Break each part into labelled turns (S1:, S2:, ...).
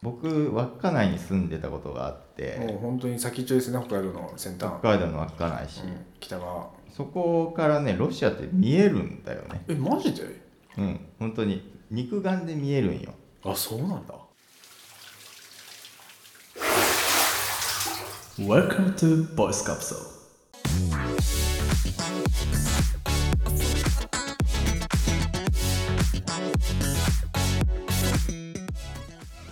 S1: 僕稚内に住んでたことがあって
S2: もう本当に先っちょですね北海道の先端
S1: 北、海道の稚内市、
S2: うん、北側
S1: そこからねロシアって見えるんだよね
S2: えマジで
S1: うん本当に肉眼で見えるんよ
S2: あそうなんだ
S3: Welcome to Voice Capsule.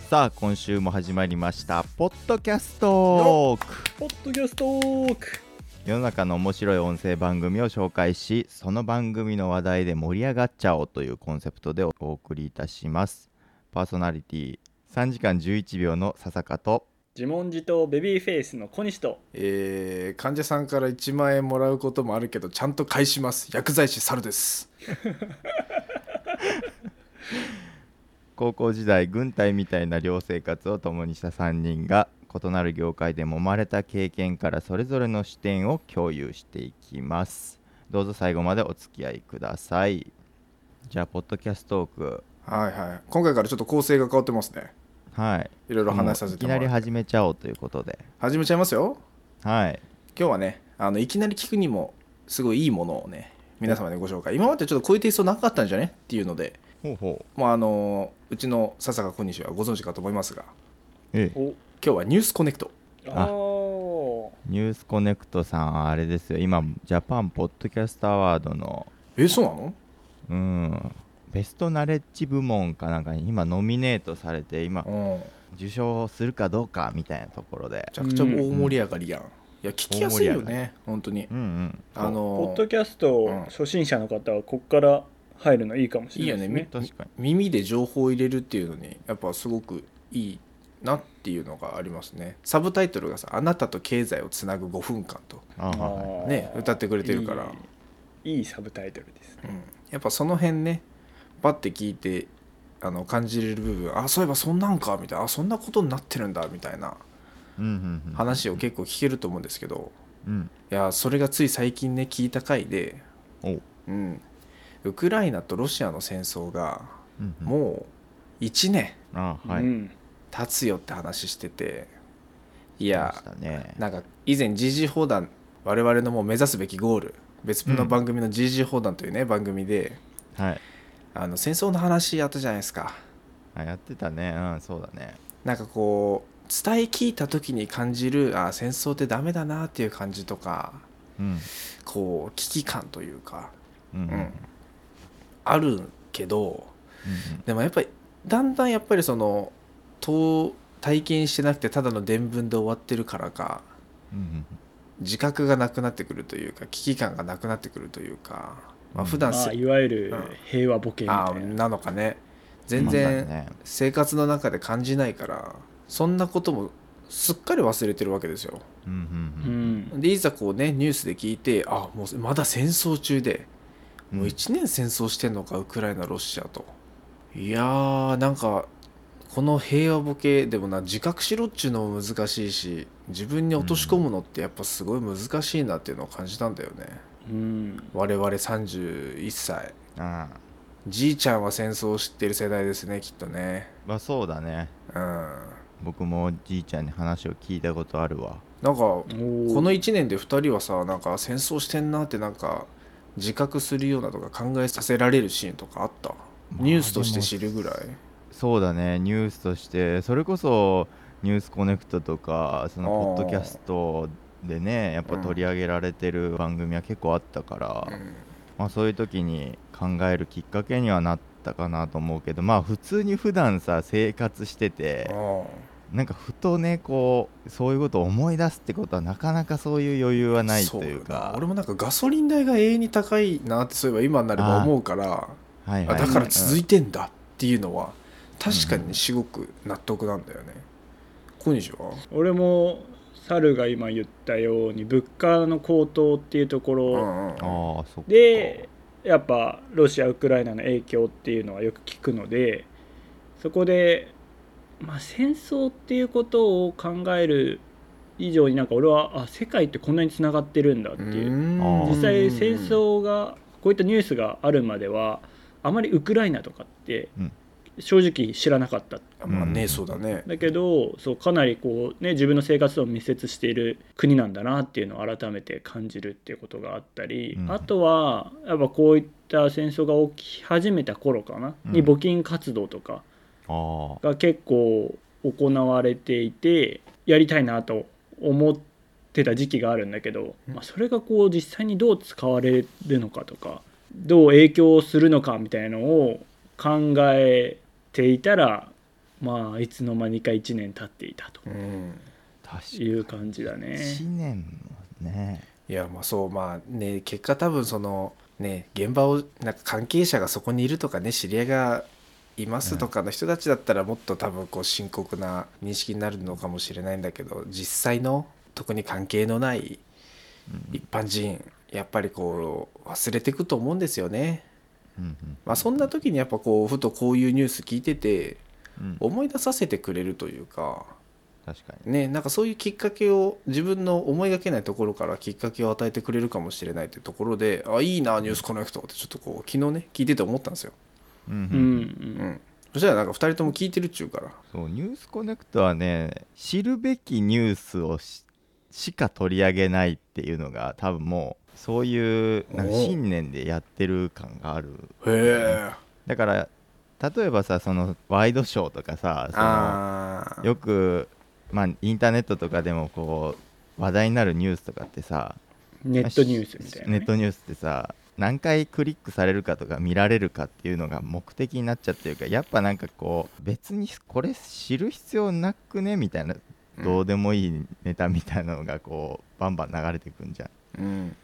S1: さあ今週も始まりました「ポッドキャストーク
S3: ポッドキャストーク。」
S1: 世の中の面白い音声番組を紹介しその番組の話題で盛り上がっちゃおうというコンセプトでお送りいたしますパーソナリティ3時間11秒の笹香と
S4: 自問自答ベビーフェイスの小西と
S2: えー、患者さんから1万円もらうこともあるけどちゃんと返します薬剤師猿です
S1: 高校時代軍隊みたいな寮生活を共にした3人が異なる業界で揉まれた経験からそれぞれの視点を共有していきますどうぞ最後までお付き合いくださいじゃあポッドキャストーク
S2: はいはい今回からちょっと構成が変わってますね
S1: はい
S2: いろいろ話させてもら
S1: もういきなり
S2: う
S1: 始めちゃおうということで
S2: 始めちゃいますよ
S1: はい
S2: 今日はねあのいきなり聞くにもすごいいいものをね皆様にご紹介今までちょっとこういうテイストなかったんじゃねっていうので
S1: ほうほう
S2: まああのうちの笹香小西はご存知かと思いますが
S1: ええ
S4: お
S2: 今日は「ニュースコネクト
S1: あ
S4: お
S1: ニュースコネクトさんあれですよ今ジャパンポッドキャストアワードの」
S2: えそうなの
S1: うんベストナレッジ部門かなんかに今ノミネートされて今
S2: うんめ
S1: 受賞するかどうかみたいなところで
S2: ちゃくちゃ大盛り上がりやん、いや聞きやすいよね本当に
S1: うんうん
S2: あ
S4: ポ
S2: の
S4: ッドキャス
S2: うん
S4: ト初心者の方はここから入るのいいかもしれな
S2: いい
S4: いです
S2: よね
S4: ね
S1: 確かに
S2: 耳で情報を入れるっていうのにやっぱすごくいいなっていうのがありますねサブタイトルがさ「あなたと経済をつなぐ5分間と
S1: あーはいはい」
S2: ね歌ってく
S4: く
S2: れてるから
S4: いいいいサブタイトルです
S2: うん、やっぱその辺ねパッて聞いてあの感じれる部分あそういえばそんなんかみたいなあそんなことになってるんだみたいな
S1: うんうんうん
S2: 話を結構聞けると思うんですけど
S1: うん
S2: いやそれがつい最近ね聞いた回で、
S1: おう
S2: うん、ウクライナとロシアの戦争が
S1: うんうん
S2: もう1年
S1: あーはいうい
S4: ん
S2: 経つよって話しててい
S1: ま
S2: や
S1: したね
S2: なんか以前 GG 砲弾我々のもう目指すべきゴール別の番組の GG 砲弾というね、番組で
S1: はい
S2: あの戦争の話やったじゃないですか
S1: あやってたねうんそうだね
S2: なんかこう伝え聞いた時に感じるあ戦争ってダメだなっていう感じとか
S1: うん
S2: こう危機感というか、
S1: うんうん
S2: う
S1: うんん
S2: あるけどでもやっぱりだんだんやっぱりそのと体験してなくてただの伝聞で終わってるからか
S1: うんうん
S2: 自覚がなくなってくるというか危機感がなくなってくるというか、まあ、
S1: うん
S2: 普
S4: ま
S2: 段せ、
S4: あいわゆる
S2: うん
S4: 平和ボケみた
S2: あ
S4: いな
S2: なのかね全
S1: まさに
S2: 然
S1: ね
S2: 生活の中で感じないからそんなこともすっかり忘れてるわけですよ。
S1: うんうん
S4: う
S1: うん
S4: ん
S2: でいざこうねニュースで聞いてあもうまだ戦争中でもう
S1: うん
S2: 1年戦争してんのかウクライナロシアといやーなんかこの平和ボケでもな自覚しろっちゅうのも難しいし自分に落とし込むのってやっぱすごい難しいなっていうのを感じたんだよね
S4: うん
S2: 我々31歳
S1: あ
S2: じいちゃんは戦争を知ってる世代ですねきっとね
S1: ーまあそうだね
S2: うん
S1: 僕もじいちゃんに話を聞いたことあるわ
S2: なんかこ
S4: こ
S2: の1年で2人はさなんか戦争してんなってなんか自覚するようなとか考えさせられるシーンとかあった
S1: まあ
S2: ニュースとして知るぐらい
S1: そうだねニュースとしてそれこそ「ニュースコネクト」とかその
S2: あ
S1: ポ
S2: ー
S1: ッドキャストでねやっぱ
S2: うん
S1: 取り上げられてる番組は結構あったから、
S2: うん
S1: まあ、そういう時に考えるきっかけにはなったかなと思うけどまあ普通に普段さ生活してて
S2: あ
S1: なんかふとねこうそういうことを思い出すってことはなかなかそういう余裕は
S2: あ
S1: ないというか
S2: そだな俺もなんかガソリン代が永遠に高いなってそういえば今になれば思うから
S1: はい
S2: あ
S1: はい、
S2: だから続いてんだっていうのは確かにすごく納得なんだよね小西は
S4: 俺も猿が今言ったように物価の高騰っていうとこ
S2: う
S4: ろ
S2: んうん
S1: ああそっか
S4: でやっぱロシア・ウクライナの影響っていうのはよく聞くのでそこで、まあ、戦争っていうことを考える以上になんか俺はあ世界ってこんなにつながってるんだっていう
S1: あー
S4: 実際戦争がこういったニュースがあるまではあまりウクライナとかって
S1: うん
S4: 正直知らなかった
S2: まあね、
S1: うん
S2: そうだね
S4: だけどそうかなりこう、ね、自分の生活とも密接している国なんだなっていうのを改めて感じるっていうことがあったり、
S1: うん
S4: あとはやっぱこういった戦争が起き始めた頃かな、
S1: うん
S4: に募金活動とか
S1: あ
S4: が結構行われていてやりたいなと思ってた時期があるんだけど、
S2: うん
S4: まあ、それがこう実際にどう使われるのかとかどう影響するのかみたいのを考えていたらまあいつの間にか1年経っていたと
S2: うん
S1: あ確か
S4: い
S1: に
S4: う感じだね。
S1: 1年もね
S2: いやまあそうまあね結果多分そのね現場をなんか関係者がそこにいるとかね知り合いがいますとかの人たちだったらもっと多分こう深刻な認識になるのかもしれないんだけど実際の特に関係のない一般人やっぱりこう忘れていくと思うんですよね。
S1: うん
S2: まあ、そんな時にやっぱこうふとこういうニュース聞いてて
S1: うんうん
S2: 思い出させてくれるというか
S1: 確かに
S2: ねなんかそういうきっかけを自分の思いがけないところからきっかけを与えてくれるかもしれないってところであいいなニュースコネクトってちょっとこう昨日ね聞いてて思ったんですよ、
S1: う
S4: うん
S1: んうん
S2: う
S4: うん
S2: ん、そしたらなんか2人とも聞いてるっちゅうから
S1: そうニュースコネクトはね知るべきニュースをししか取り上げないっていうのが多分もうそういうなんか
S2: おお
S1: 信念でやってる感がある
S2: へえ
S1: だから例えばさそのワイドショーとかさその
S2: ああ
S1: よく、まあ、インターネットとかでもこう話題になるニュースとかってさ
S4: ネットニュースみたいな、ね、
S1: ネットニュースってさ何回クリックされるかとか見られるかっていうのが目的になっちゃってるからやっぱなんかこう別にこれ知る必要なくねみたいなどうでもいいネタみたいなのがこうバンバン流れてくんじゃん
S2: うん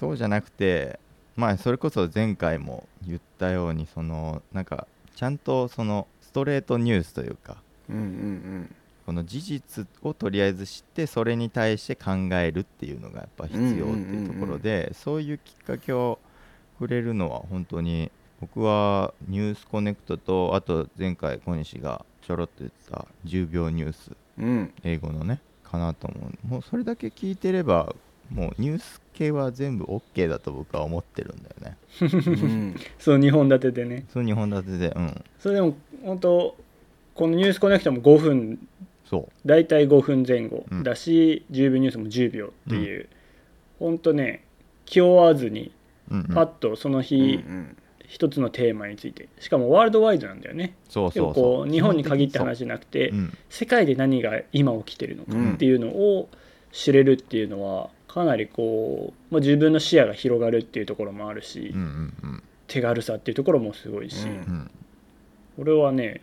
S1: そうじゃなくてまあそれこそ前回も言ったようにそのなんかちゃんとそのストレートニュースというか
S2: うんうん
S1: この事実をとりあえず知ってそれに対して考えるっていうのがやっぱ必要っていうところで、そういうきっかけをくれるのは本当に僕は「ニュースコネクトと」あと前回小西がちょろっと言ってた10秒ニュース
S2: うんうん
S1: 英語のねかなと思うもうそれだけ聞いてればもうニュース系は全部 OK だと僕は思ってるんだよね
S2: うん
S4: そう2本立てでね
S1: そう2本立てでうん
S4: それでも本当このニュースコネクトも5分
S1: そ
S4: 大体5分前後
S1: うん
S4: だし、10秒ニュースも10秒っていう、ほんとね気負わずに
S1: う、うんうん
S4: パッとそ
S2: う
S4: の
S2: んう
S4: 日
S2: ん
S4: 一つのテーマについてしかもワールドワイドなんだよね
S1: そう
S4: 結
S1: そう
S4: 構
S1: そ
S4: こ
S1: う
S4: う日本に限った話じゃなくて、
S1: うん
S4: 世界で何が今起きてるのかっていうのを知れるっていうのはかなりこう、まあ、自分の視野が広がるっていうところもあるし、
S1: うんうん
S4: 手軽さっていうところもすごいし、
S2: う
S1: うんんうん
S4: 俺はね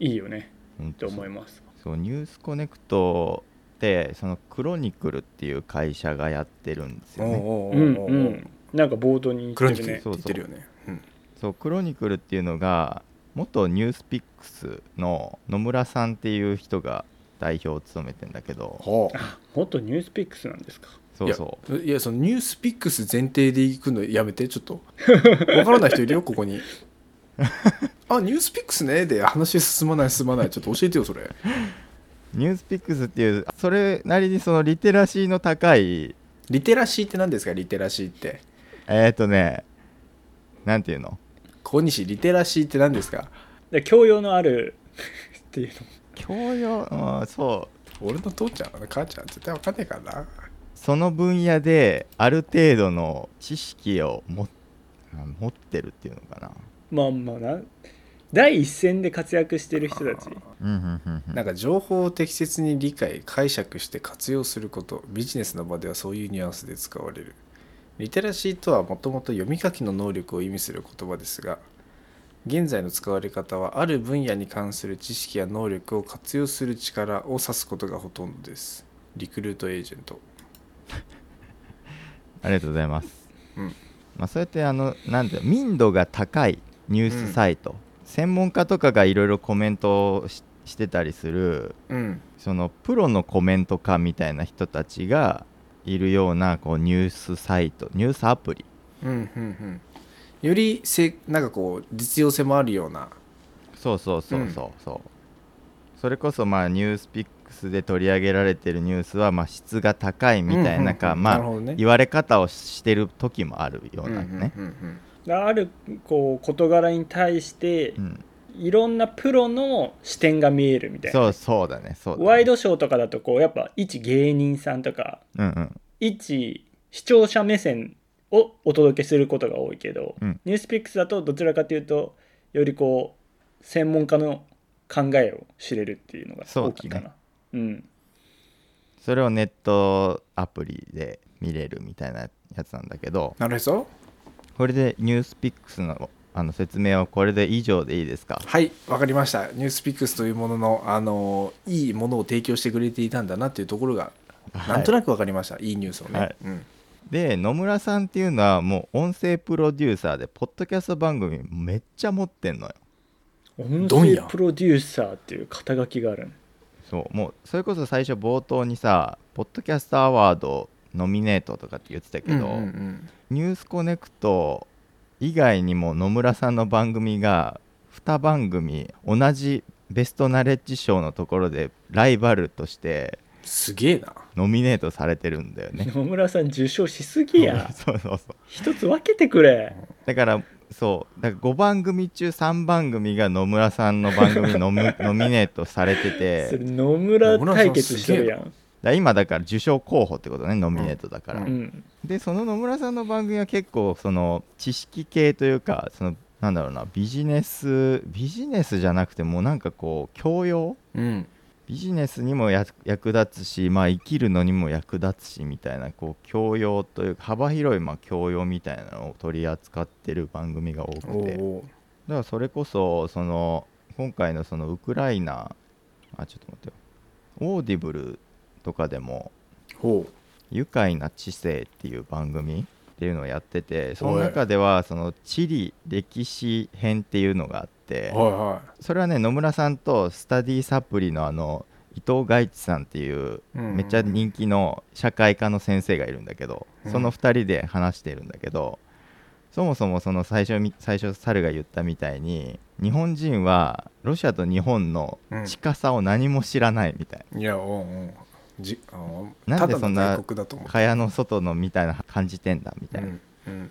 S4: いいよね
S1: ほん
S4: って
S1: とそう
S4: 思います。
S1: そうニュースコネクトってそのクロニクルっていう会社がやってるんですよ
S2: おう
S1: ね
S2: お
S4: う
S2: うお
S4: ん
S2: うおう
S4: うん、なんか冒頭に
S2: クロ
S4: 言っ
S2: ニ
S4: て
S2: ク
S4: る
S2: ルって。
S4: ね
S2: 言ってるよねうん
S1: そうクロニクルっていうのが元ニュースピックスの野村さんっていう人が代表を務めてんだけど
S2: はあ
S4: あ元ニュースピックスなんですか。
S1: そうそう
S2: いやいやそのニュースピックス前提で行くのやめてちょっと わからない人いるよここにあニュースピックスねで話進まない進まないちょっと教えてよそれ
S1: ニュースピックスっていうそれなりにそのリテラシーの高い
S2: リテラシーって何ですかリテラシーって
S1: えっ、ー、とねなんていうの
S2: 小西リテラシーって何ですか
S4: で教養のある っていうの。
S1: 教養うんそう
S2: 俺の父ちゃん母ちゃん絶対わかんないからな
S1: その分野である程度の知識をも持ってるっていうのかな
S4: まあまあな第一線で活躍してる人たち。
S1: うんうんうんうん
S2: なんか情報を適切に理解解釈して活用することビジネスの場ではそういうニュアンスで使われるリテラシーとはもともと読み書きの能力を意味する言葉ですが現在の使われ方はある分野に関する知識や能力を活用する力を指すことがほとんどですリクルートエージェント
S1: ありがとうございます。
S2: うん
S1: まあ、そうやってあのなんだ民度が高いニュースサイト、専門家とかがいろいろコメントをししてたりする
S2: うん
S1: そのプロのコメント家みたいな人たちがいるようなこうニュースサイトニュースアプリ
S2: うんうんうんよりせなんかこう実用性もあるような
S1: そうそうそうそうそう、それこそまあニュースピックスで取り上げられてるニュースはまあ質が高いみたいなか、
S2: うんうんうん
S1: ま
S2: なる
S1: あ
S2: ほどね
S1: 言われ方をしてる時もあるよう
S2: うんう
S1: なんね。
S2: うんうん
S4: あるこう事柄に対して
S1: うん
S4: いろんなプロの視点が見えるみたいな
S1: そうそうだねそうだね
S4: ワイドショーとかだとこうやっぱ一芸人さんとか
S1: うんうん
S4: 一視聴者目線をお届けすることが多いけど、
S1: うん
S4: ニュースピックスだとどちらかというとよりこう専門家の考えを知れるっていうのが
S1: そう
S4: 大
S1: だ
S4: き
S1: ね
S4: いかなう,、ん
S1: それをネットアプリで見れるみたいなやつなんだけど
S2: なるほど
S1: これでニュースピックスのあの説明はこれで以上でいいですか
S2: はいわかりましたニュースピックスというもののあのいいものを提供してくれていたんだなっていうところが、
S1: はい
S2: なんとなくわかりましたいいニュースをね、
S1: はい
S2: うん、
S1: で野村さんっていうのはもう音声プロデューサーでポッドキャスト番組めっちゃ持ってんのよ
S4: 音
S2: どん
S4: 声
S2: や
S4: プロデューサーっていう肩書きがあるね
S1: そうもうそれこそ最初冒頭にさポッドキャストアワードノミネートとかって言ってたけど、
S2: うんうんうん
S1: ニュースコネクト以外にも野村さんの番組が2番組同じベストナレッジ賞のところでライバルとして
S2: すげえな
S1: ノミネートされてるんだよね。
S4: 野村さん受賞しすぎや
S1: そうそうそう
S4: 一つ分けてくれ
S1: だからそうだから5番組中3番組が野村さんの番組にノムノミネ ートされてて
S4: それ野村対決してるやん
S1: だから今だから受賞候補ってことねノミネートだから、
S2: う
S4: う
S2: すげえ
S4: ん
S1: でその野村さんの番組は結構その知識系というかそのなんだろうなビジネスビジネスじゃなくてもうなんかこう教養
S2: うん
S1: ビジネスにもや役立つし、まあ、生きるのにも役立つしみたいなこう教養というか幅広いまあ教養みたいなのを取り扱ってる番組が多
S2: お
S1: く
S2: う
S1: て
S2: おう
S1: だからそれこそその今回のそのウクライナあちょっと待ってよオーディブルとかでも
S2: ほう
S1: 「愉快な知性」っていう番組っていうのをやっててその
S2: おい
S1: 中ではその地理歴史編っていうのがあって
S2: はいは
S1: それはね野村さんとスタディサプリのあの伊藤外地さんっていう
S2: い、うんうん
S1: めっちゃ人気の社会科の先生がいるんだけど、
S2: うん
S1: その2人で話してるんだけどそもそもその最初み最初猿が言ったみたいに日本人はロシアと日本の近さを何も知らないみたい
S2: いやおうおうじあー
S1: なんでそんな
S2: ただの外国だと思
S1: な
S2: う
S1: 蚊帳の外のみたいな感じてんだみたいな、
S2: うんうん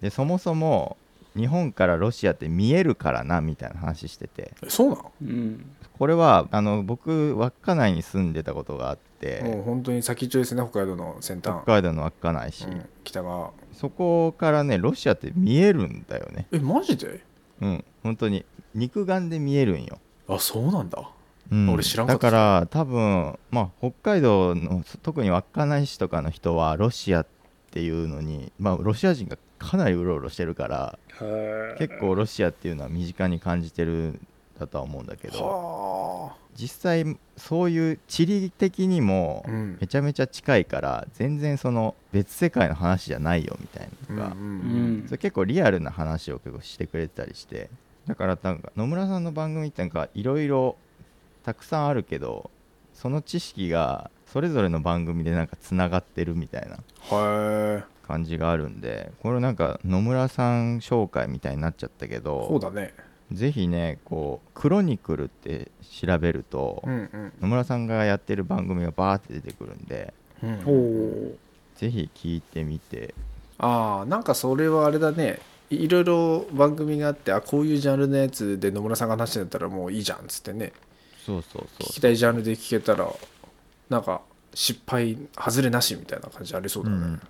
S1: でそもそも日本からロシアって見えるからなみたいな話してて
S2: えそうなの、
S4: うん
S1: これはあの僕稚内に住んでたことがあって、
S2: もう本当に先っちょですね北海道の先
S1: 北
S2: 端、
S1: 海道の稚内市、
S2: うん、北側
S1: そこからねロシアって見えるんだよね
S2: えマジで
S1: うん本当に肉眼で見えるんよ、
S2: あそうなんだ
S1: うん
S2: 俺知らんかった
S1: だから多分まあ北海道の特に稚内市とかの人はロシアっていうのにまあロシア人がかなりうろうろしてるから
S4: はい
S1: 結構ロシアっていうのは身近に感じてるんだとは思うんだけど
S2: は
S1: 実際そういう地理的にも
S2: あうん
S1: めちゃめちゃ近いから全然その別世界の話じゃないよみたいなのが、
S4: う
S2: うん
S4: ん
S1: それ結構リアルな話を結構してくれてたりしてだからなんか野村さんの番組ってなんかいろいろたくさんあるけどその知識がそれぞれの番組でなんかつながってるみたいな
S2: は
S1: 感じがあるんでこれなんか野村さん紹介みたいになっちゃったけ
S2: いそう
S1: ど
S2: だね
S1: ぜひねこう「クロニクル」って調べると、
S2: うんうん
S1: 野村さんがやってる番組がバーって出てくるんで
S2: うん
S4: おお
S1: ぜひ聞いてみて
S2: ああなんかそれはあれだねいいろいろ番組があってあこういうジャンルのやつで野村さんが話してんだったらもういいじゃんっつってね
S1: そうそうそう
S2: 聞きたいジャンルで聞けたらなんか失敗外れなしみたいな感じありそうだね、
S1: う
S2: うんん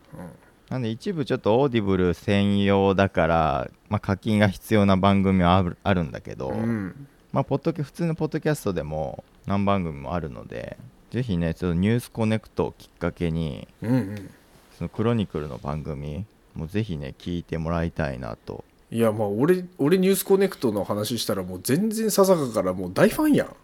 S1: なんで一部ちょっとオーディブル専用だから、まあ、課金が必要な番組はあるあるんだけど、
S2: うん
S1: まあ、ポッドキャ普通のポッドキャストでも何番組もあるのでぜひねちょっとニュースコネクトをきっかけに
S2: うんうん
S1: そのクロニクルの番組もぜひね聞いてもらいたいなと
S2: いやまあ俺俺ニュースコネクトの話したらもう全然笹川からもう大ファンやん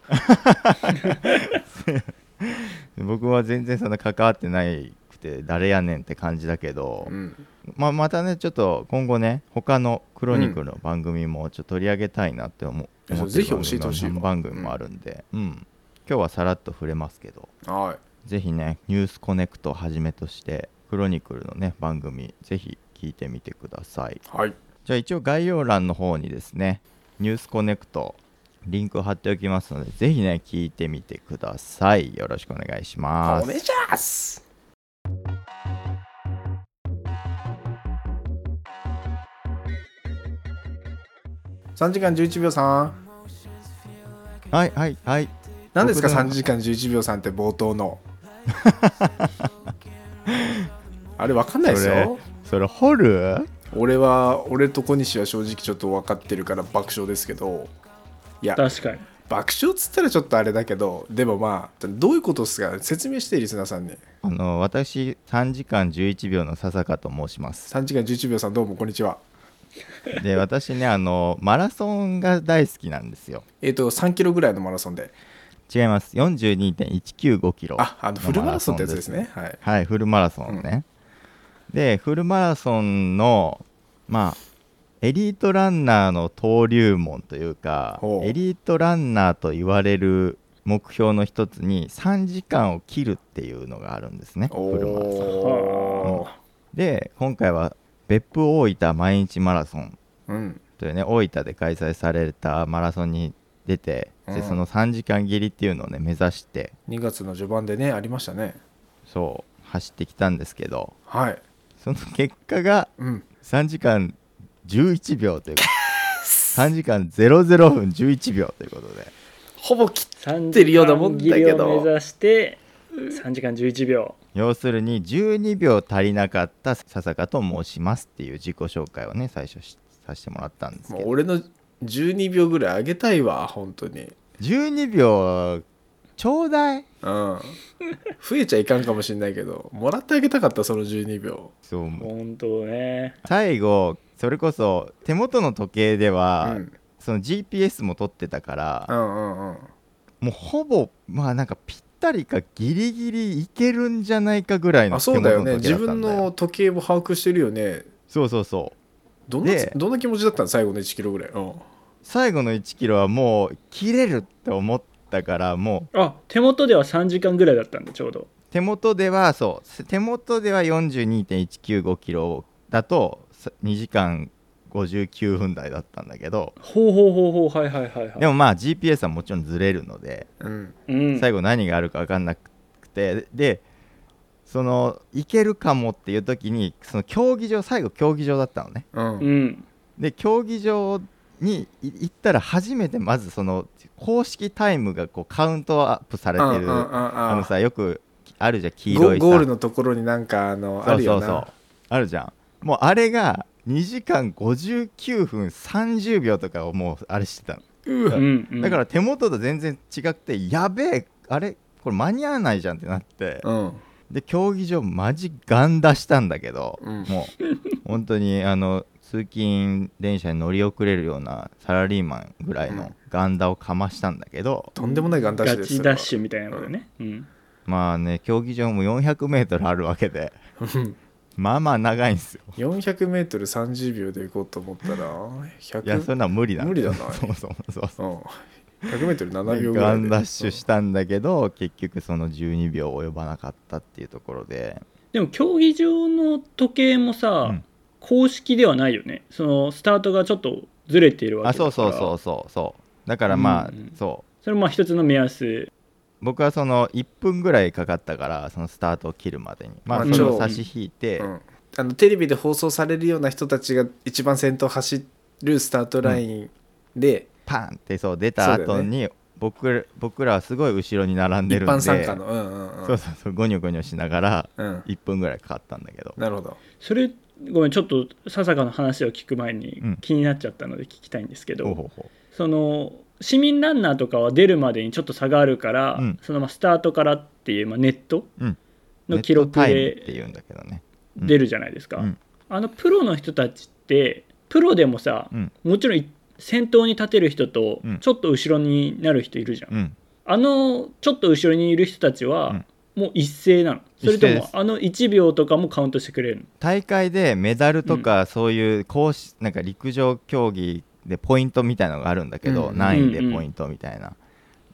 S1: 僕は全然その関わってないくて誰やねんって感じだけど、
S2: うん
S1: まあ、またねちょっと今後ね他のクロニクルの番組もちょっと取り上げたいなって思う、
S2: うん
S1: 思っ
S2: ぜひ教えてほしいわ
S1: 何番組もあるんで、うん今日はさらっと触れますけど
S2: はい
S1: ぜひね「ニュースコネクト」をはじめとしてクロニクルのね番組ぜひ聞いてみてください
S2: はい
S1: じゃあ一応概要欄の方にですね「ニュースコネクト」リンク貼っておきますのでぜひね聞いてみてくださいよろしくお願いしま
S2: お
S1: す
S2: めじゃーす3時間11秒さん
S1: はいはいはい
S2: 何ですか
S1: 僕でも
S2: 3時間11秒3って冒頭の あれ分かんないですよ
S1: それ掘る
S2: 俺は俺と小西は正直ちょっと分かってるから爆笑ですけどいや
S4: 確かに
S2: 爆笑っつったらちょっとあれだけどでもまあどういうことっすか説明してリスナーさんに
S1: あの私3時間11秒の笹香と申します
S2: 3時間11秒さんどうもこんにちは
S1: で私ねあのマラソンが大好きなんですよ
S2: えっ、と3キロぐらいのマラソンで
S1: 違います42.195キロ
S2: ああのフルマラソンってやつですねはい
S1: はいフルマラソンね、でフルマラソンのまあエリートランナーの登竜門というか
S2: ほう
S1: エリートランナーと言われる目標の一つに3時間を切るっていうのがあるんですね
S2: お
S1: フルマラソン
S2: お
S1: で今回は別府大分毎日マラソン
S2: ーうん
S1: というね大分で開催されたマラソンに出て、
S2: う
S1: で
S2: ん
S1: その3時間切りっていうのをね目指して
S2: 2月の序盤でねありましたね
S1: そう走ってきたんですけど
S2: はい
S1: その結果が
S2: うん
S1: 3時間11秒という 3時間00分11秒ということで
S2: ほぼ切っ
S4: 3
S2: てる
S4: 時
S2: ようなもん
S4: 間
S2: だ
S4: 切
S2: けど
S4: りを目指して3時間11秒
S1: 要するに12秒足りなかった笹香と申しますっていう自己紹介をね最初しさせてもらったんです
S2: も
S1: け
S2: う
S1: ど
S2: 俺の12秒ぐらい上げたいわ本当に
S1: 12秒ちょうだい
S2: うん増えちゃいかんかもしれないけどもらってあげたかったその12秒
S1: そう思う
S4: 本当ね
S1: 最後それこそ手元の時計では、
S2: うん、
S1: その GPS も取ってたから
S2: う、んうんうん
S1: もうほぼまあなんかぴったりかギリギリいけるんじゃないかぐらいの
S2: あ
S1: 手
S2: そう
S1: 元
S2: だよ
S1: の
S2: ね
S1: 時計
S2: 自
S1: だった
S2: 分
S1: んだよ
S2: の時計も把握してるよね
S1: そうそうそう
S2: どんな
S1: で
S2: どんな気持ちだったの最後の1キロぐらい、うん、
S1: 最後の1キロはもう切れるって思ったからもう
S4: あ手元では3時間ぐらいだったんでちょうど
S1: 手元ではそう手元では42.195キロだと2時間59分台だったんだけど
S4: ほうほうほうほうはいはいはいはい
S1: でもまあ GPS はもちろんずれるので
S2: うん、
S4: うん、
S1: 最後何があるか分かんなくてでそのいけるかもっていう時にその競技場最後競技場だったのね
S2: うん
S4: うん
S1: で競技場にい行ったら初めてまずその公式タイムがこうカウントアップされてるあのさよくあるじゃん黄
S2: ゴ
S1: 色いさ
S2: ゴールのところになんかあのあ
S1: そう
S2: る
S1: そ
S2: よ
S1: う
S2: な
S1: そうあるじゃんもうあれが2時間59分30秒とかをもうあれしてたの
S2: うわ
S4: うんうん
S1: だから手元と全然違くてやべえあれこれ間に合わないじゃんってなって
S2: うん
S1: で競技場マジガン出したんだけど、
S2: うん
S1: も う本当にあの通勤電車に乗り遅れるようなサラリーマンぐらいのガンダをかましたんだけど、
S2: とんでもないガンダッシュ
S4: ガ
S2: です
S4: チダッシュみたいなことね、うん
S1: まあね競技場も 400m あるわけで
S2: ュ
S1: まあまあ長いんですよ
S2: 400m30 秒で行こうと思ったら
S1: いやそ
S2: 100
S1: んなん無理だ
S2: 無理だな
S1: そうそうそうそう
S2: うん 100m7 秒ぐら
S1: ガ
S2: いで
S1: ンダッシュしたんだけど結局その12秒及ばなかったっていうところで
S4: でも競技場の時計もさ、
S1: うん
S4: 公式ではないよねそのスタートがちょっとずれているわ
S1: あ
S4: けだから
S1: そうそうそうそうそうだからまあ、
S4: うんうん
S1: そう
S4: それもまあ一つの目安
S1: 僕はその1分ぐらいかかったからそのスタートを切るまでにまあ
S2: ま
S1: そ
S2: あ
S1: れを
S2: 超
S1: 差し引いて、
S2: うんあのテレビで放送されるような人たちが一番先頭走るスタートラインで、
S1: パンってそう出た後に、僕ら僕らはすごい後ろに並んで
S2: 一
S1: るんで
S2: 般参加のうんうんうん
S1: そうそうそうゴニョゴニョしながら
S2: うん
S1: 1分ぐらいかかったんだけど
S2: なるほど
S4: それごめんちょっと笹香の話を聞く前に
S1: うん
S4: 気になっちゃったので聞きたいんですけど、
S1: ほうほうほ
S4: その市民ランナーとかは出るまでにちょっと差があるから、
S1: うん
S4: そのまあスタートからっていう、まあ、ネット
S1: うんう
S4: の記録
S1: ネットタイムって
S4: で
S1: いうんだけどねうん
S4: 出るじゃないですか、
S1: うん
S4: あのプロの人たちってプロでもさ、
S1: うん
S4: もちろんい先頭に立てる人と
S1: うん
S4: ちょっと後ろになる人いるじゃん、
S1: うん
S4: あのちょっと後ろにいる人たちは、もう一斉なのそれと
S1: 一斉で
S4: も
S1: す
S4: あの1秒とかもカウントしてくれるの
S1: 大会でメダルとかそういう公式なんか陸上競技でポイントみたいのがあるんだけど、
S2: うん
S1: 何位でポイントみたいな、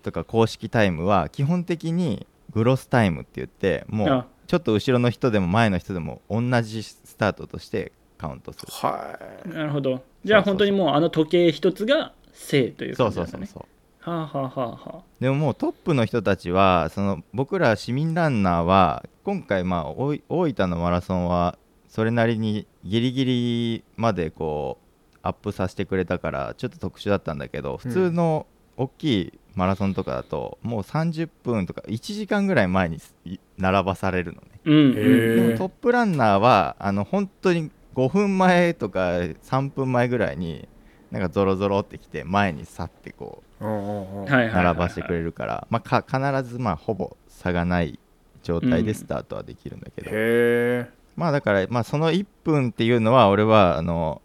S1: とか公式タイムは基本的にグロスタイムって言ってもう
S4: あ
S1: ちょっと後ろの人でも前の人でも同じスタートとしてカウントする
S2: はい
S4: なるほどじゃあ
S1: そうそうそう
S4: 本当にもうあの時計一つが正という
S1: そ
S4: 感
S1: う
S4: じな
S1: そう
S4: んだね
S1: そうそう
S4: はあはあはあはあ
S1: でももうトップの人たちはその僕ら市民ランナーは今回まあおい大分のマラソンはそれなりにギリギリまでこうアップさせてくれたからちょっと特殊だったんだけど普通の大きいマラソンとかだともう30分とか1時間ぐらい前にい並ばされるのね
S4: うんうん
S2: へ
S1: で
S2: ー
S1: もトップランナーはあの本当に5分前とか3分前ぐらいになんかゾロゾロってきて前にさってこ
S2: うんうんうん
S4: はいは
S2: はい
S1: う
S4: はいはい
S1: 並ばしてくれるからまあか必ずまあほぼ差がない状態でスタートはできるんだけど、
S2: へ
S1: まあだからまあその1分っていうのは俺はあの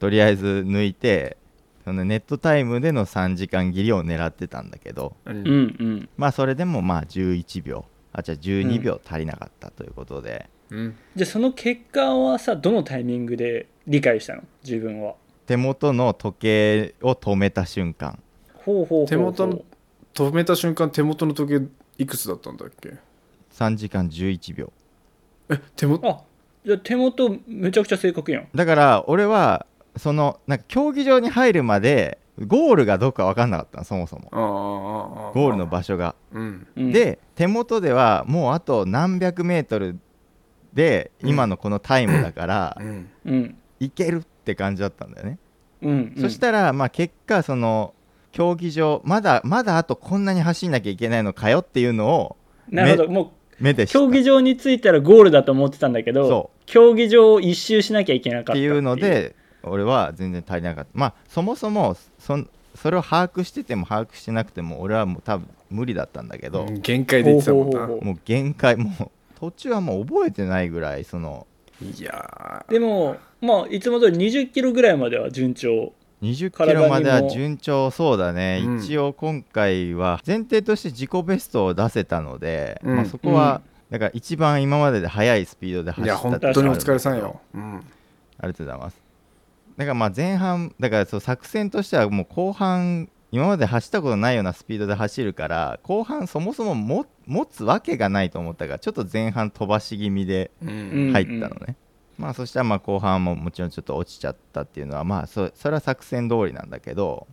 S1: とりあえず抜いてそのネットタイムでの3時間切りを狙ってたんだけど
S2: え、う、
S4: うんん
S1: まあそれでもまあ11秒あじゃあ12
S4: うん
S1: 秒足りなかったということで、
S2: うん、
S4: じゃあその結果はさどのタイミングで理解したの自分は
S1: 手元の時計を止めた瞬間
S4: ほうほうほうほう
S2: 手元の止めた瞬間手元の時計いくつだったんだっけ
S1: 3時間11秒
S2: え手元
S4: あじゃあ手元めちゃくちゃ正確やん
S1: だから俺はそのなんか競技場に入るまでゴールがどこか分かんなかったのそもそも
S2: あああああ
S1: ゴールの場所が
S2: うん
S4: うん
S1: で手元ではもうあと何百メートルで
S2: うん
S1: 今のこのタイムだから
S2: うん
S4: うん
S1: いけるって感じだったんだよね、
S4: うんうん
S1: そしたらまあ結果その競技場まだまだあとこんなに走んなきゃいけないのかよっていうのを
S4: なるほども
S1: 目で
S4: う
S1: 知った
S4: 競技場に着いたらゴールだと思ってたんだけど
S1: そ
S4: 競技場を一周しなきゃいけなかった
S1: っていうので俺は全然足りなかったまあそもそもそんそれを把握してても把握してなくても俺はもう多分無理だったんだけど、
S2: うん限界で言ってたもんな
S4: ほうほうほ
S1: もう限界もう途中はもう覚えてないぐらいその
S2: いやー
S4: でもまあいつも通り20キロぐらいまでは順調
S1: 20キ
S4: 体に
S1: ロ
S4: も
S1: までは順調そうだね、
S2: うん
S1: 一応今回は前提として自己ベストを出せたので、
S2: うん
S1: まあ、そこは、だから一番今までで速いスピードで走
S2: い
S1: った
S2: や
S1: っていうの
S2: 本
S1: がある
S2: 当に
S1: だ
S2: お
S1: けど
S2: 疲れさんよ、うん、
S1: ありがとうございますだからまあ前半だからそう作戦としてはもう後半今まで走ったことないようなスピードで走るから後半そもそもも持つわけがないと思ったからちょっと前半飛ばし気味で
S2: うん
S1: 入ったのね、まあそしたらまあ後半ももちろんちょっと落ちちゃったっていうのはまあそそれは作戦通りなんだけど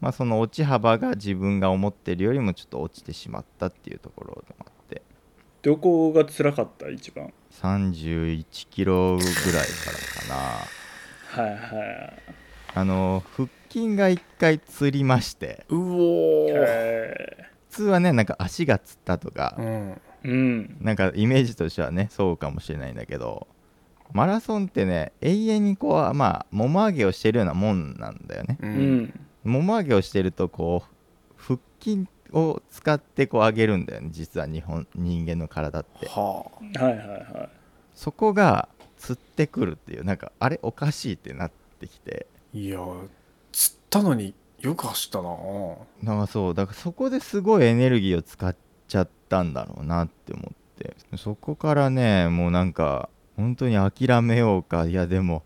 S1: まあその落ち幅が自分が思ってるよりもちょっと落ちてしまったっていうところでもあって
S4: どこが辛かった一番
S1: 31キロぐらいからかな
S4: はいはい
S1: あの腹筋が1回つりまして
S2: うおー
S4: え
S1: 普通はねなんか足がつったとか
S2: う、ん
S4: ーうん
S1: なんかイメージとしてはねそうかもしれないんだけどマラソンってね永遠にこうまあもも上げをしてるようなもんなんだよね
S2: う
S4: うんん
S1: もも上げをしてるとこう腹筋を使ってこう上げるんだよね実は日本人間の体って
S2: は
S4: はいはいはい
S1: そこがつってくるっていうなんかあれおかしいってなってきて
S2: あいやー釣ったのによく走ったな
S1: なんかそうだからそこですごいエネルギーを使っちゃったんだろうなって思ってそこからねもうなんか本当に諦めようかいやでも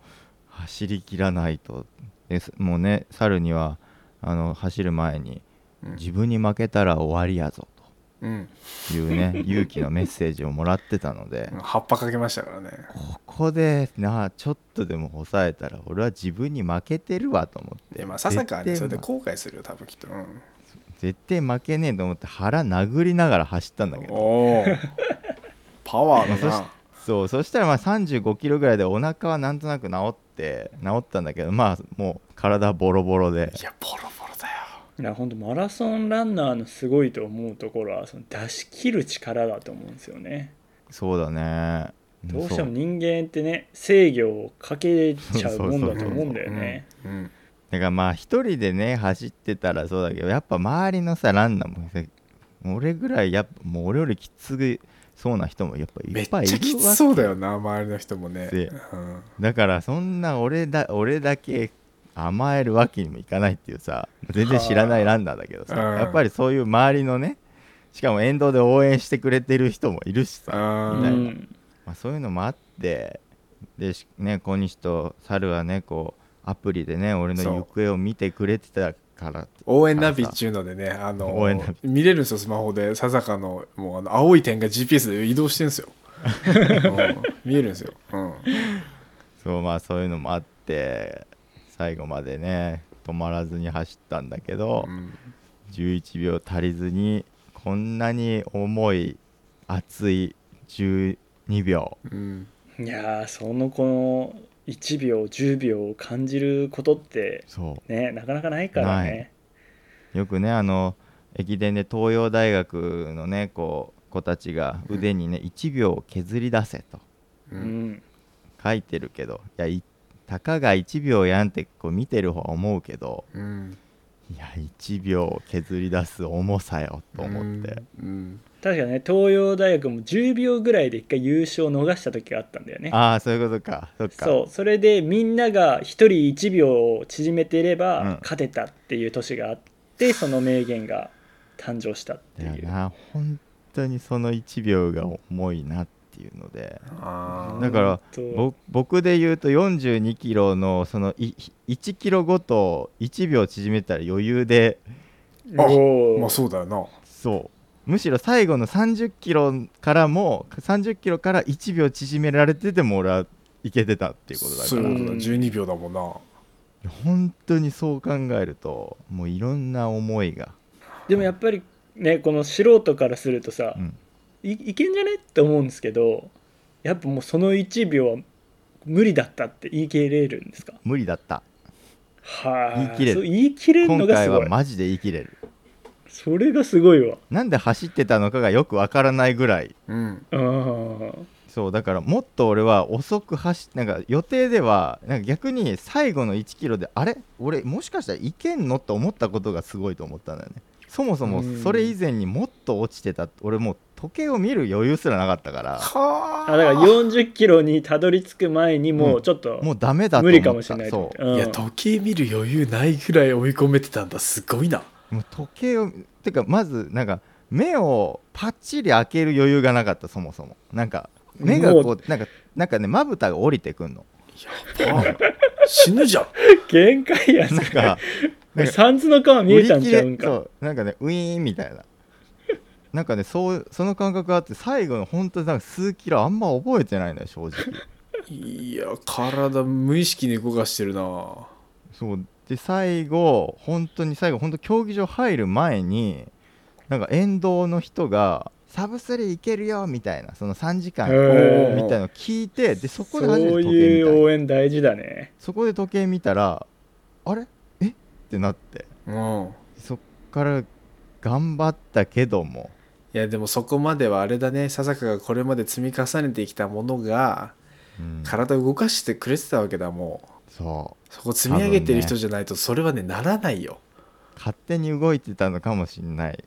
S1: 走りきらないとですもうね猿にはあの走る前に
S2: うん
S1: 自分に負けたら終わりやぞ
S2: うん
S1: というね 勇気のメッセージをもらってたので
S2: 葉っぱかけましたからね
S1: ここでなあちょっとでも抑えたら俺は自分に負けてるわと思って
S2: でまあささかね
S1: 絶
S2: そ
S1: 対
S2: れで後悔するよ多分きっと、うん、
S1: 絶対負けねえと思って腹殴りながら走ったんだけど
S2: おおパワーだ
S1: まあそし
S2: な
S1: そうそしたらまあ35キロぐらいでお腹はなんとなく治って治ったんだけどまあもう体ボロボロで
S2: いやボロボロだよ
S4: いや本当マラソンランナーのすごいと思うところはその出し切る力だと思うんですよね
S1: そうだね
S4: どうしても
S1: そ
S4: 人間ってね制御をかけちゃうもんだと思うんだよね
S2: うんうん
S1: だからまあ一人でね走ってたらそうだけどやっぱ周りのさランナーもさ俺ぐらいやっぱもう俺よりきつそうな人もやっぱ
S2: め
S1: いっ
S2: っち
S1: ぱ
S2: ゃ
S1: いいる
S2: きつ
S1: わ
S2: そうだよな周りの人もね、
S1: で
S2: うん
S1: だからそんな俺だ俺だけ甘えるわけにもいかないっていうさ全然知らないランナーだけどさ
S2: はあ
S1: やっぱりそういう周りのねしかも沿道で応援してくれてる人もいるしさ、
S2: あ
S4: う
S1: ね
S2: ー
S4: ん
S1: まあ、そういうのもあってでしね小西と猿はねこうアプリでね俺の行方を見てくれてたから
S2: 応援ナビっちゅうのでね、あの
S1: 応援ナビ
S2: 見れるんですよ、スマホで、ささかのもうあの青い点が GPS で移動してるんです よ。うん見えるんですよ。うん
S1: そうまあそういうのもあって最後までね止まらずに走ったんだけど、
S2: うん
S1: 11秒足りずにこんなに重い熱い12秒
S2: うん
S4: いやーそのこの1秒10秒を感じることって
S1: そ
S4: ねなかなかないからね
S1: うよくねあの駅伝で東洋大学のねこう子たちが腕にね1秒を削り出せと
S2: う
S4: うんん
S1: 書いてるけどいやいたかが1秒やんってこう見てる方は思うけど
S2: うん
S1: いや1秒を削り出す重さよと思って、
S2: うん
S4: 確かね東洋大学も10秒ぐらいで一回優勝を逃した時があったんだよね
S1: ああそういうことかそっか
S4: そうそれでみんなが1人1秒を縮めていれば、
S1: うん
S4: 勝てたっていう年があってその名言が誕生したって
S1: だ
S4: い
S1: よ
S4: う
S1: な本当にその1秒が重いなっていうので
S2: あ
S1: だから
S4: 本当
S1: ぼ僕で言うと4 2キロのそのい1キロごと1秒縮めたら余裕で
S2: あ
S4: お
S2: あ
S4: ー
S2: まあそうだよな
S1: そうむしろ最後の3 0キロからも3 0キロから1秒縮められてても俺はいけてたっていうことだか
S2: そう
S1: ら
S2: いうこと
S4: う
S2: だ
S4: ん
S2: 12秒だもんな
S1: 本当にそう考えるともういろんな思いが、
S4: でもやっぱりねこの素人からするとさ、
S1: うん
S4: いいけんじゃねって思うんですけどやっぱもうその1秒は無理だったって言い切れるんですか
S1: 無理だった
S4: はあ
S1: 言い切れる
S4: そう言い切れるの
S1: 今
S4: が
S1: 回
S4: すご
S1: はいマジで言い切れる
S4: それがすごいわ
S1: なんで走ってたのかがよくわからないぐらい
S2: うん
S4: うん
S1: そうだからもっと俺は遅く走っなんか予定ではなんか逆に最後の1キロであれ俺もしかしたらいけんのって思ったことがすごいと思ったんだよねそもそも
S4: うん
S1: それ以前にもっと落ちてた俺もう時計を見る余裕すらなかった から
S2: は
S4: あだから40キロにたどり着く前にもうちょっと
S1: もうダメだと
S4: 無
S1: 思
S4: 理
S1: った
S4: かもしれないと
S1: そ
S4: 思って
S1: う
S4: うん
S2: いや時計見る余裕ないぐらい追い込めてたんだすごい な
S1: もう時計をてかまずなんか目をパッチリ開ける余裕がなかったそもそもなんか目が
S4: も
S1: こうなんかなんかねまぶたが降りてく んの
S2: やば死ぬじゃん
S4: 限界や
S1: なんか
S4: な三途の 川見えたんちゃうん
S1: そ
S4: か
S1: うなんかねウィーンみたいな なんかねそうその感覚があって最後の本当になんか数キロあんま覚えてないのよ正直
S2: いや体無意識に動かしてるな
S1: そうで最後本当に最後本当競技場入る前になんか沿道の人が「サブスリーいけるよ」みたいなその3時間
S4: へー
S1: みたいの聞いてでそこ
S4: そう
S1: で初めて時計見
S4: いう
S1: たの
S4: 応援大事だね
S1: そこで時計見たら「あれえっ?」てなって
S2: うん
S1: そっから頑張ったけども
S2: いやでもそこまではあれだね佐坂がこれまで積み重ねてきたものが
S1: うん
S2: 体を動かしてくれてたわけだもう
S1: そう
S2: そこ積み上げて
S1: 多分
S2: る人じゃないとそれはねならないよ
S1: 勝手に動いてたのかもしれない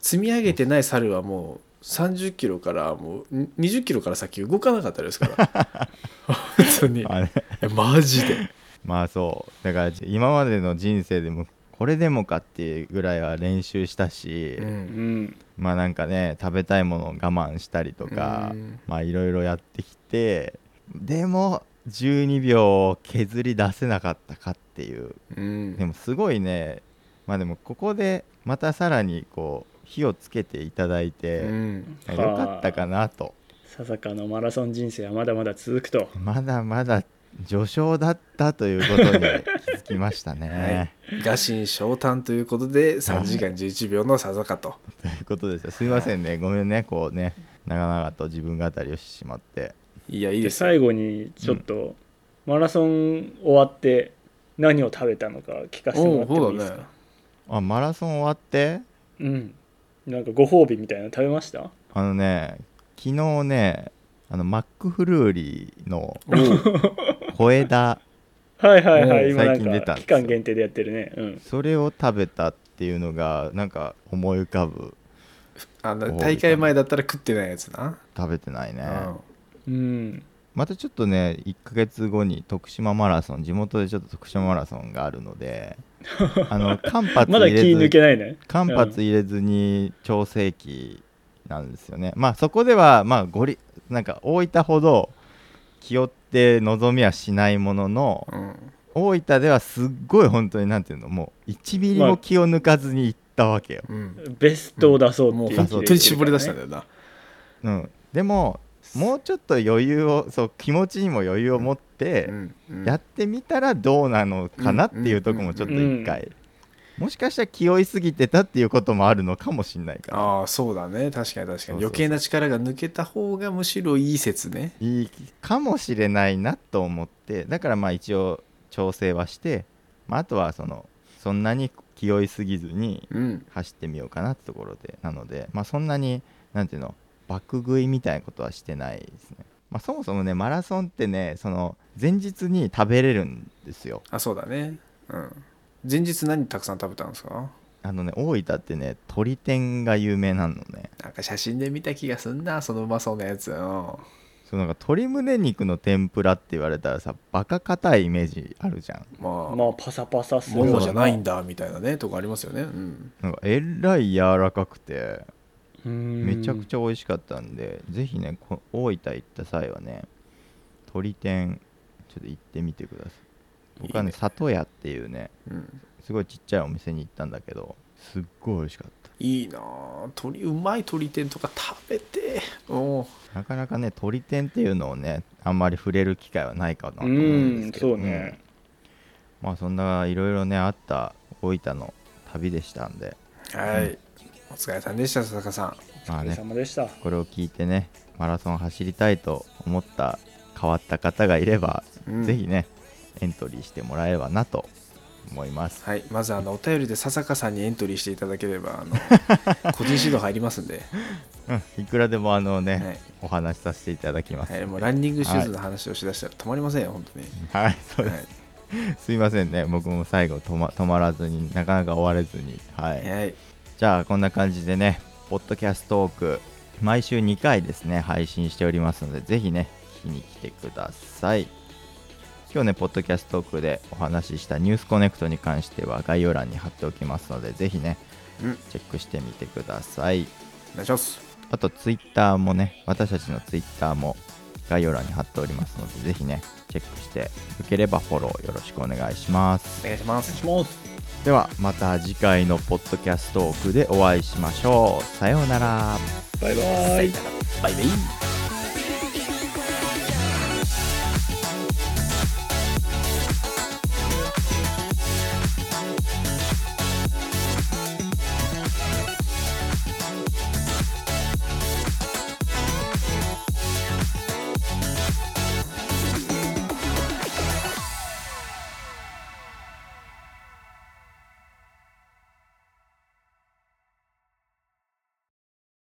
S2: 積み上げてない猿はもう30キロからもうん20キロから先動かなかったですから本当に
S1: あれ
S2: えマジで
S1: まあそうだから今までの人生でもこれでもかっていうぐらいは練習したし、
S2: うん
S1: まあなんかね食べたいものを我慢したりとか、
S2: うん
S1: まあいろいろやってきてでも12秒を削り出せなかったかっていう
S2: うん
S1: でもすごいねまあでもここでまたさらにこう火をつけていただいうて、
S2: ん
S1: 良よかったかなと
S4: ささかのマラソン人生はまだまだ続くと
S1: まだまだ序章だったということに気づきました
S2: は
S1: ね
S2: い。臥薪嘗胆ということで3時間11秒の佐坂と
S1: ということですよすいませんね、ごめんね、こうね、長々と自分語りをしてしまって、
S2: いやいい
S4: で
S2: ですよ
S4: 最後にちょっとマラソン終わって何を食べたのか聞かせてもらってもいいですか
S1: あマラソン終わって、
S4: うんなんかご褒美みたいなの食べました
S1: あのね、昨日ね、あのマックフルーリーの
S2: おう
S1: 小 枝、
S4: はいはいは
S1: う
S4: い
S1: ん
S4: 今
S1: 最近
S4: な
S1: 出
S4: ん
S1: た
S4: か
S1: んです
S4: 期
S1: よ
S4: 間限定でやってるねうん
S1: それを食べたっていうのが、なんか思い浮かぶ、
S2: あの大会前だったら食ってないやつな、
S1: 食べてないね。
S2: うん
S4: うん
S1: またちょっとね1ヶ月後に徳島マラソン地元でちょっと徳島マラソンがあるの であの間髪
S4: まだ
S1: 入
S4: 気
S1: れず
S4: 抜けないね
S1: 間髪入れずに調整期なんですよね、まあそこではまあごりなんか大分ほど気負って望みはしないものの
S2: うん
S1: 大分ではすっごい本当になんていうのもう1ミリも気を抜かずに行ったわけよ、
S2: うん、
S4: ベストを出そう
S2: も
S4: っ
S2: う
S4: ていう
S1: 本
S2: 本
S1: 当
S2: 当に絞り出したん
S4: ね
S2: だよな、
S1: うん、でももうちょっと余裕をそう気持ちにも余裕を持って、
S2: うんうん
S1: やってみたらどうなのかなっていうとこもちょっと一回、もしかしたら気負いすぎてたっていうこともあるのかもしれないから
S2: ああそうだね確か
S1: そ
S2: に確か
S1: うそうそう
S2: に余計な力が抜けた方がむしろいい説ね
S1: いいかもしれないなと思ってだからまあ一応調整はして、まあ、あとはそのそんなに気負いすぎずに
S2: うん
S1: 走ってみようかなってところでなので、まあ、そんなになんていうの爆食いみたいなことはしてないですね、まあ、そもそもねマラソンってねその前日に食べれるんですよ
S2: あそうだねうん前日何たくさん食べたんですか
S1: あのね大分ってね鶏天が有名なのね
S2: なんか写真で見た気がすんなそのうまそうなやつうん
S1: そうなんか鶏胸肉の天ぷらって言われたらさバカ硬いイメージあるじゃん
S2: まあ
S4: まあパサパサす
S2: も
S4: る
S2: のじゃないんだみたいなねとこありますよねうん
S1: なんかえらい柔らかくてめ
S4: め
S1: ちゃくちゃ美味しかったんで、ぜひねこ大分行った際はね鶏天ちょっと行ってみてください僕はね
S2: いいね
S1: 里屋っていうね
S2: うん
S1: すごいちっちゃいお店に行ったんだけどすっごい美味しかっ
S2: いいなあ鳥うまい鳥天とか食べておう
S1: たなかなかね鶏天っていうのをねあんまり触れる機会はないかなと思うんですけど
S4: うんそうね、
S1: うんまあそんないろいろねあった大分の旅でしたんで
S2: はいお疲れさんでした佐々さん
S1: ま
S4: お
S1: あ
S4: 疲れ
S1: ね
S4: 様でした、
S1: これを聞いてねマラソン走りたいと思った変わった方がいれば、
S2: うん
S1: ぜひねエントリーしてもらえればなと思います
S2: はい、まずあのお便りで笹香さんにエントリーしていただければあ の個人指導入りますんで、
S1: うんいくらでもあのね、
S2: はい
S1: お話しさせていただきます
S2: はい、もうランニングシューズの話をしだしたら止まりませんよ、本当に。
S1: はい そうです、
S2: は
S1: すいませんね僕も最後止ま止まらずになかなか終われずにはい、
S2: い、はい、
S1: じゃあこんな感じでねポッドキャストトーク毎週2回ですね配信しておりますのでぜひね聞きに来てください今日ねポッドキャストトークでお話ししたニュースコネクトに関しては概要欄に貼っておきますのでぜひね
S2: うん、
S1: チェックしてみてください
S2: お願いします。
S1: あとツイッターもね私たちのツイッターも概要欄に貼っておりますのでぜひねチェックしてよければフォローよろしくお願いします
S2: お願いします。
S4: もう
S1: ではまた次回のポッドキャストトークでお会いしましょうさようなら
S4: バイバイ
S2: バイバイ。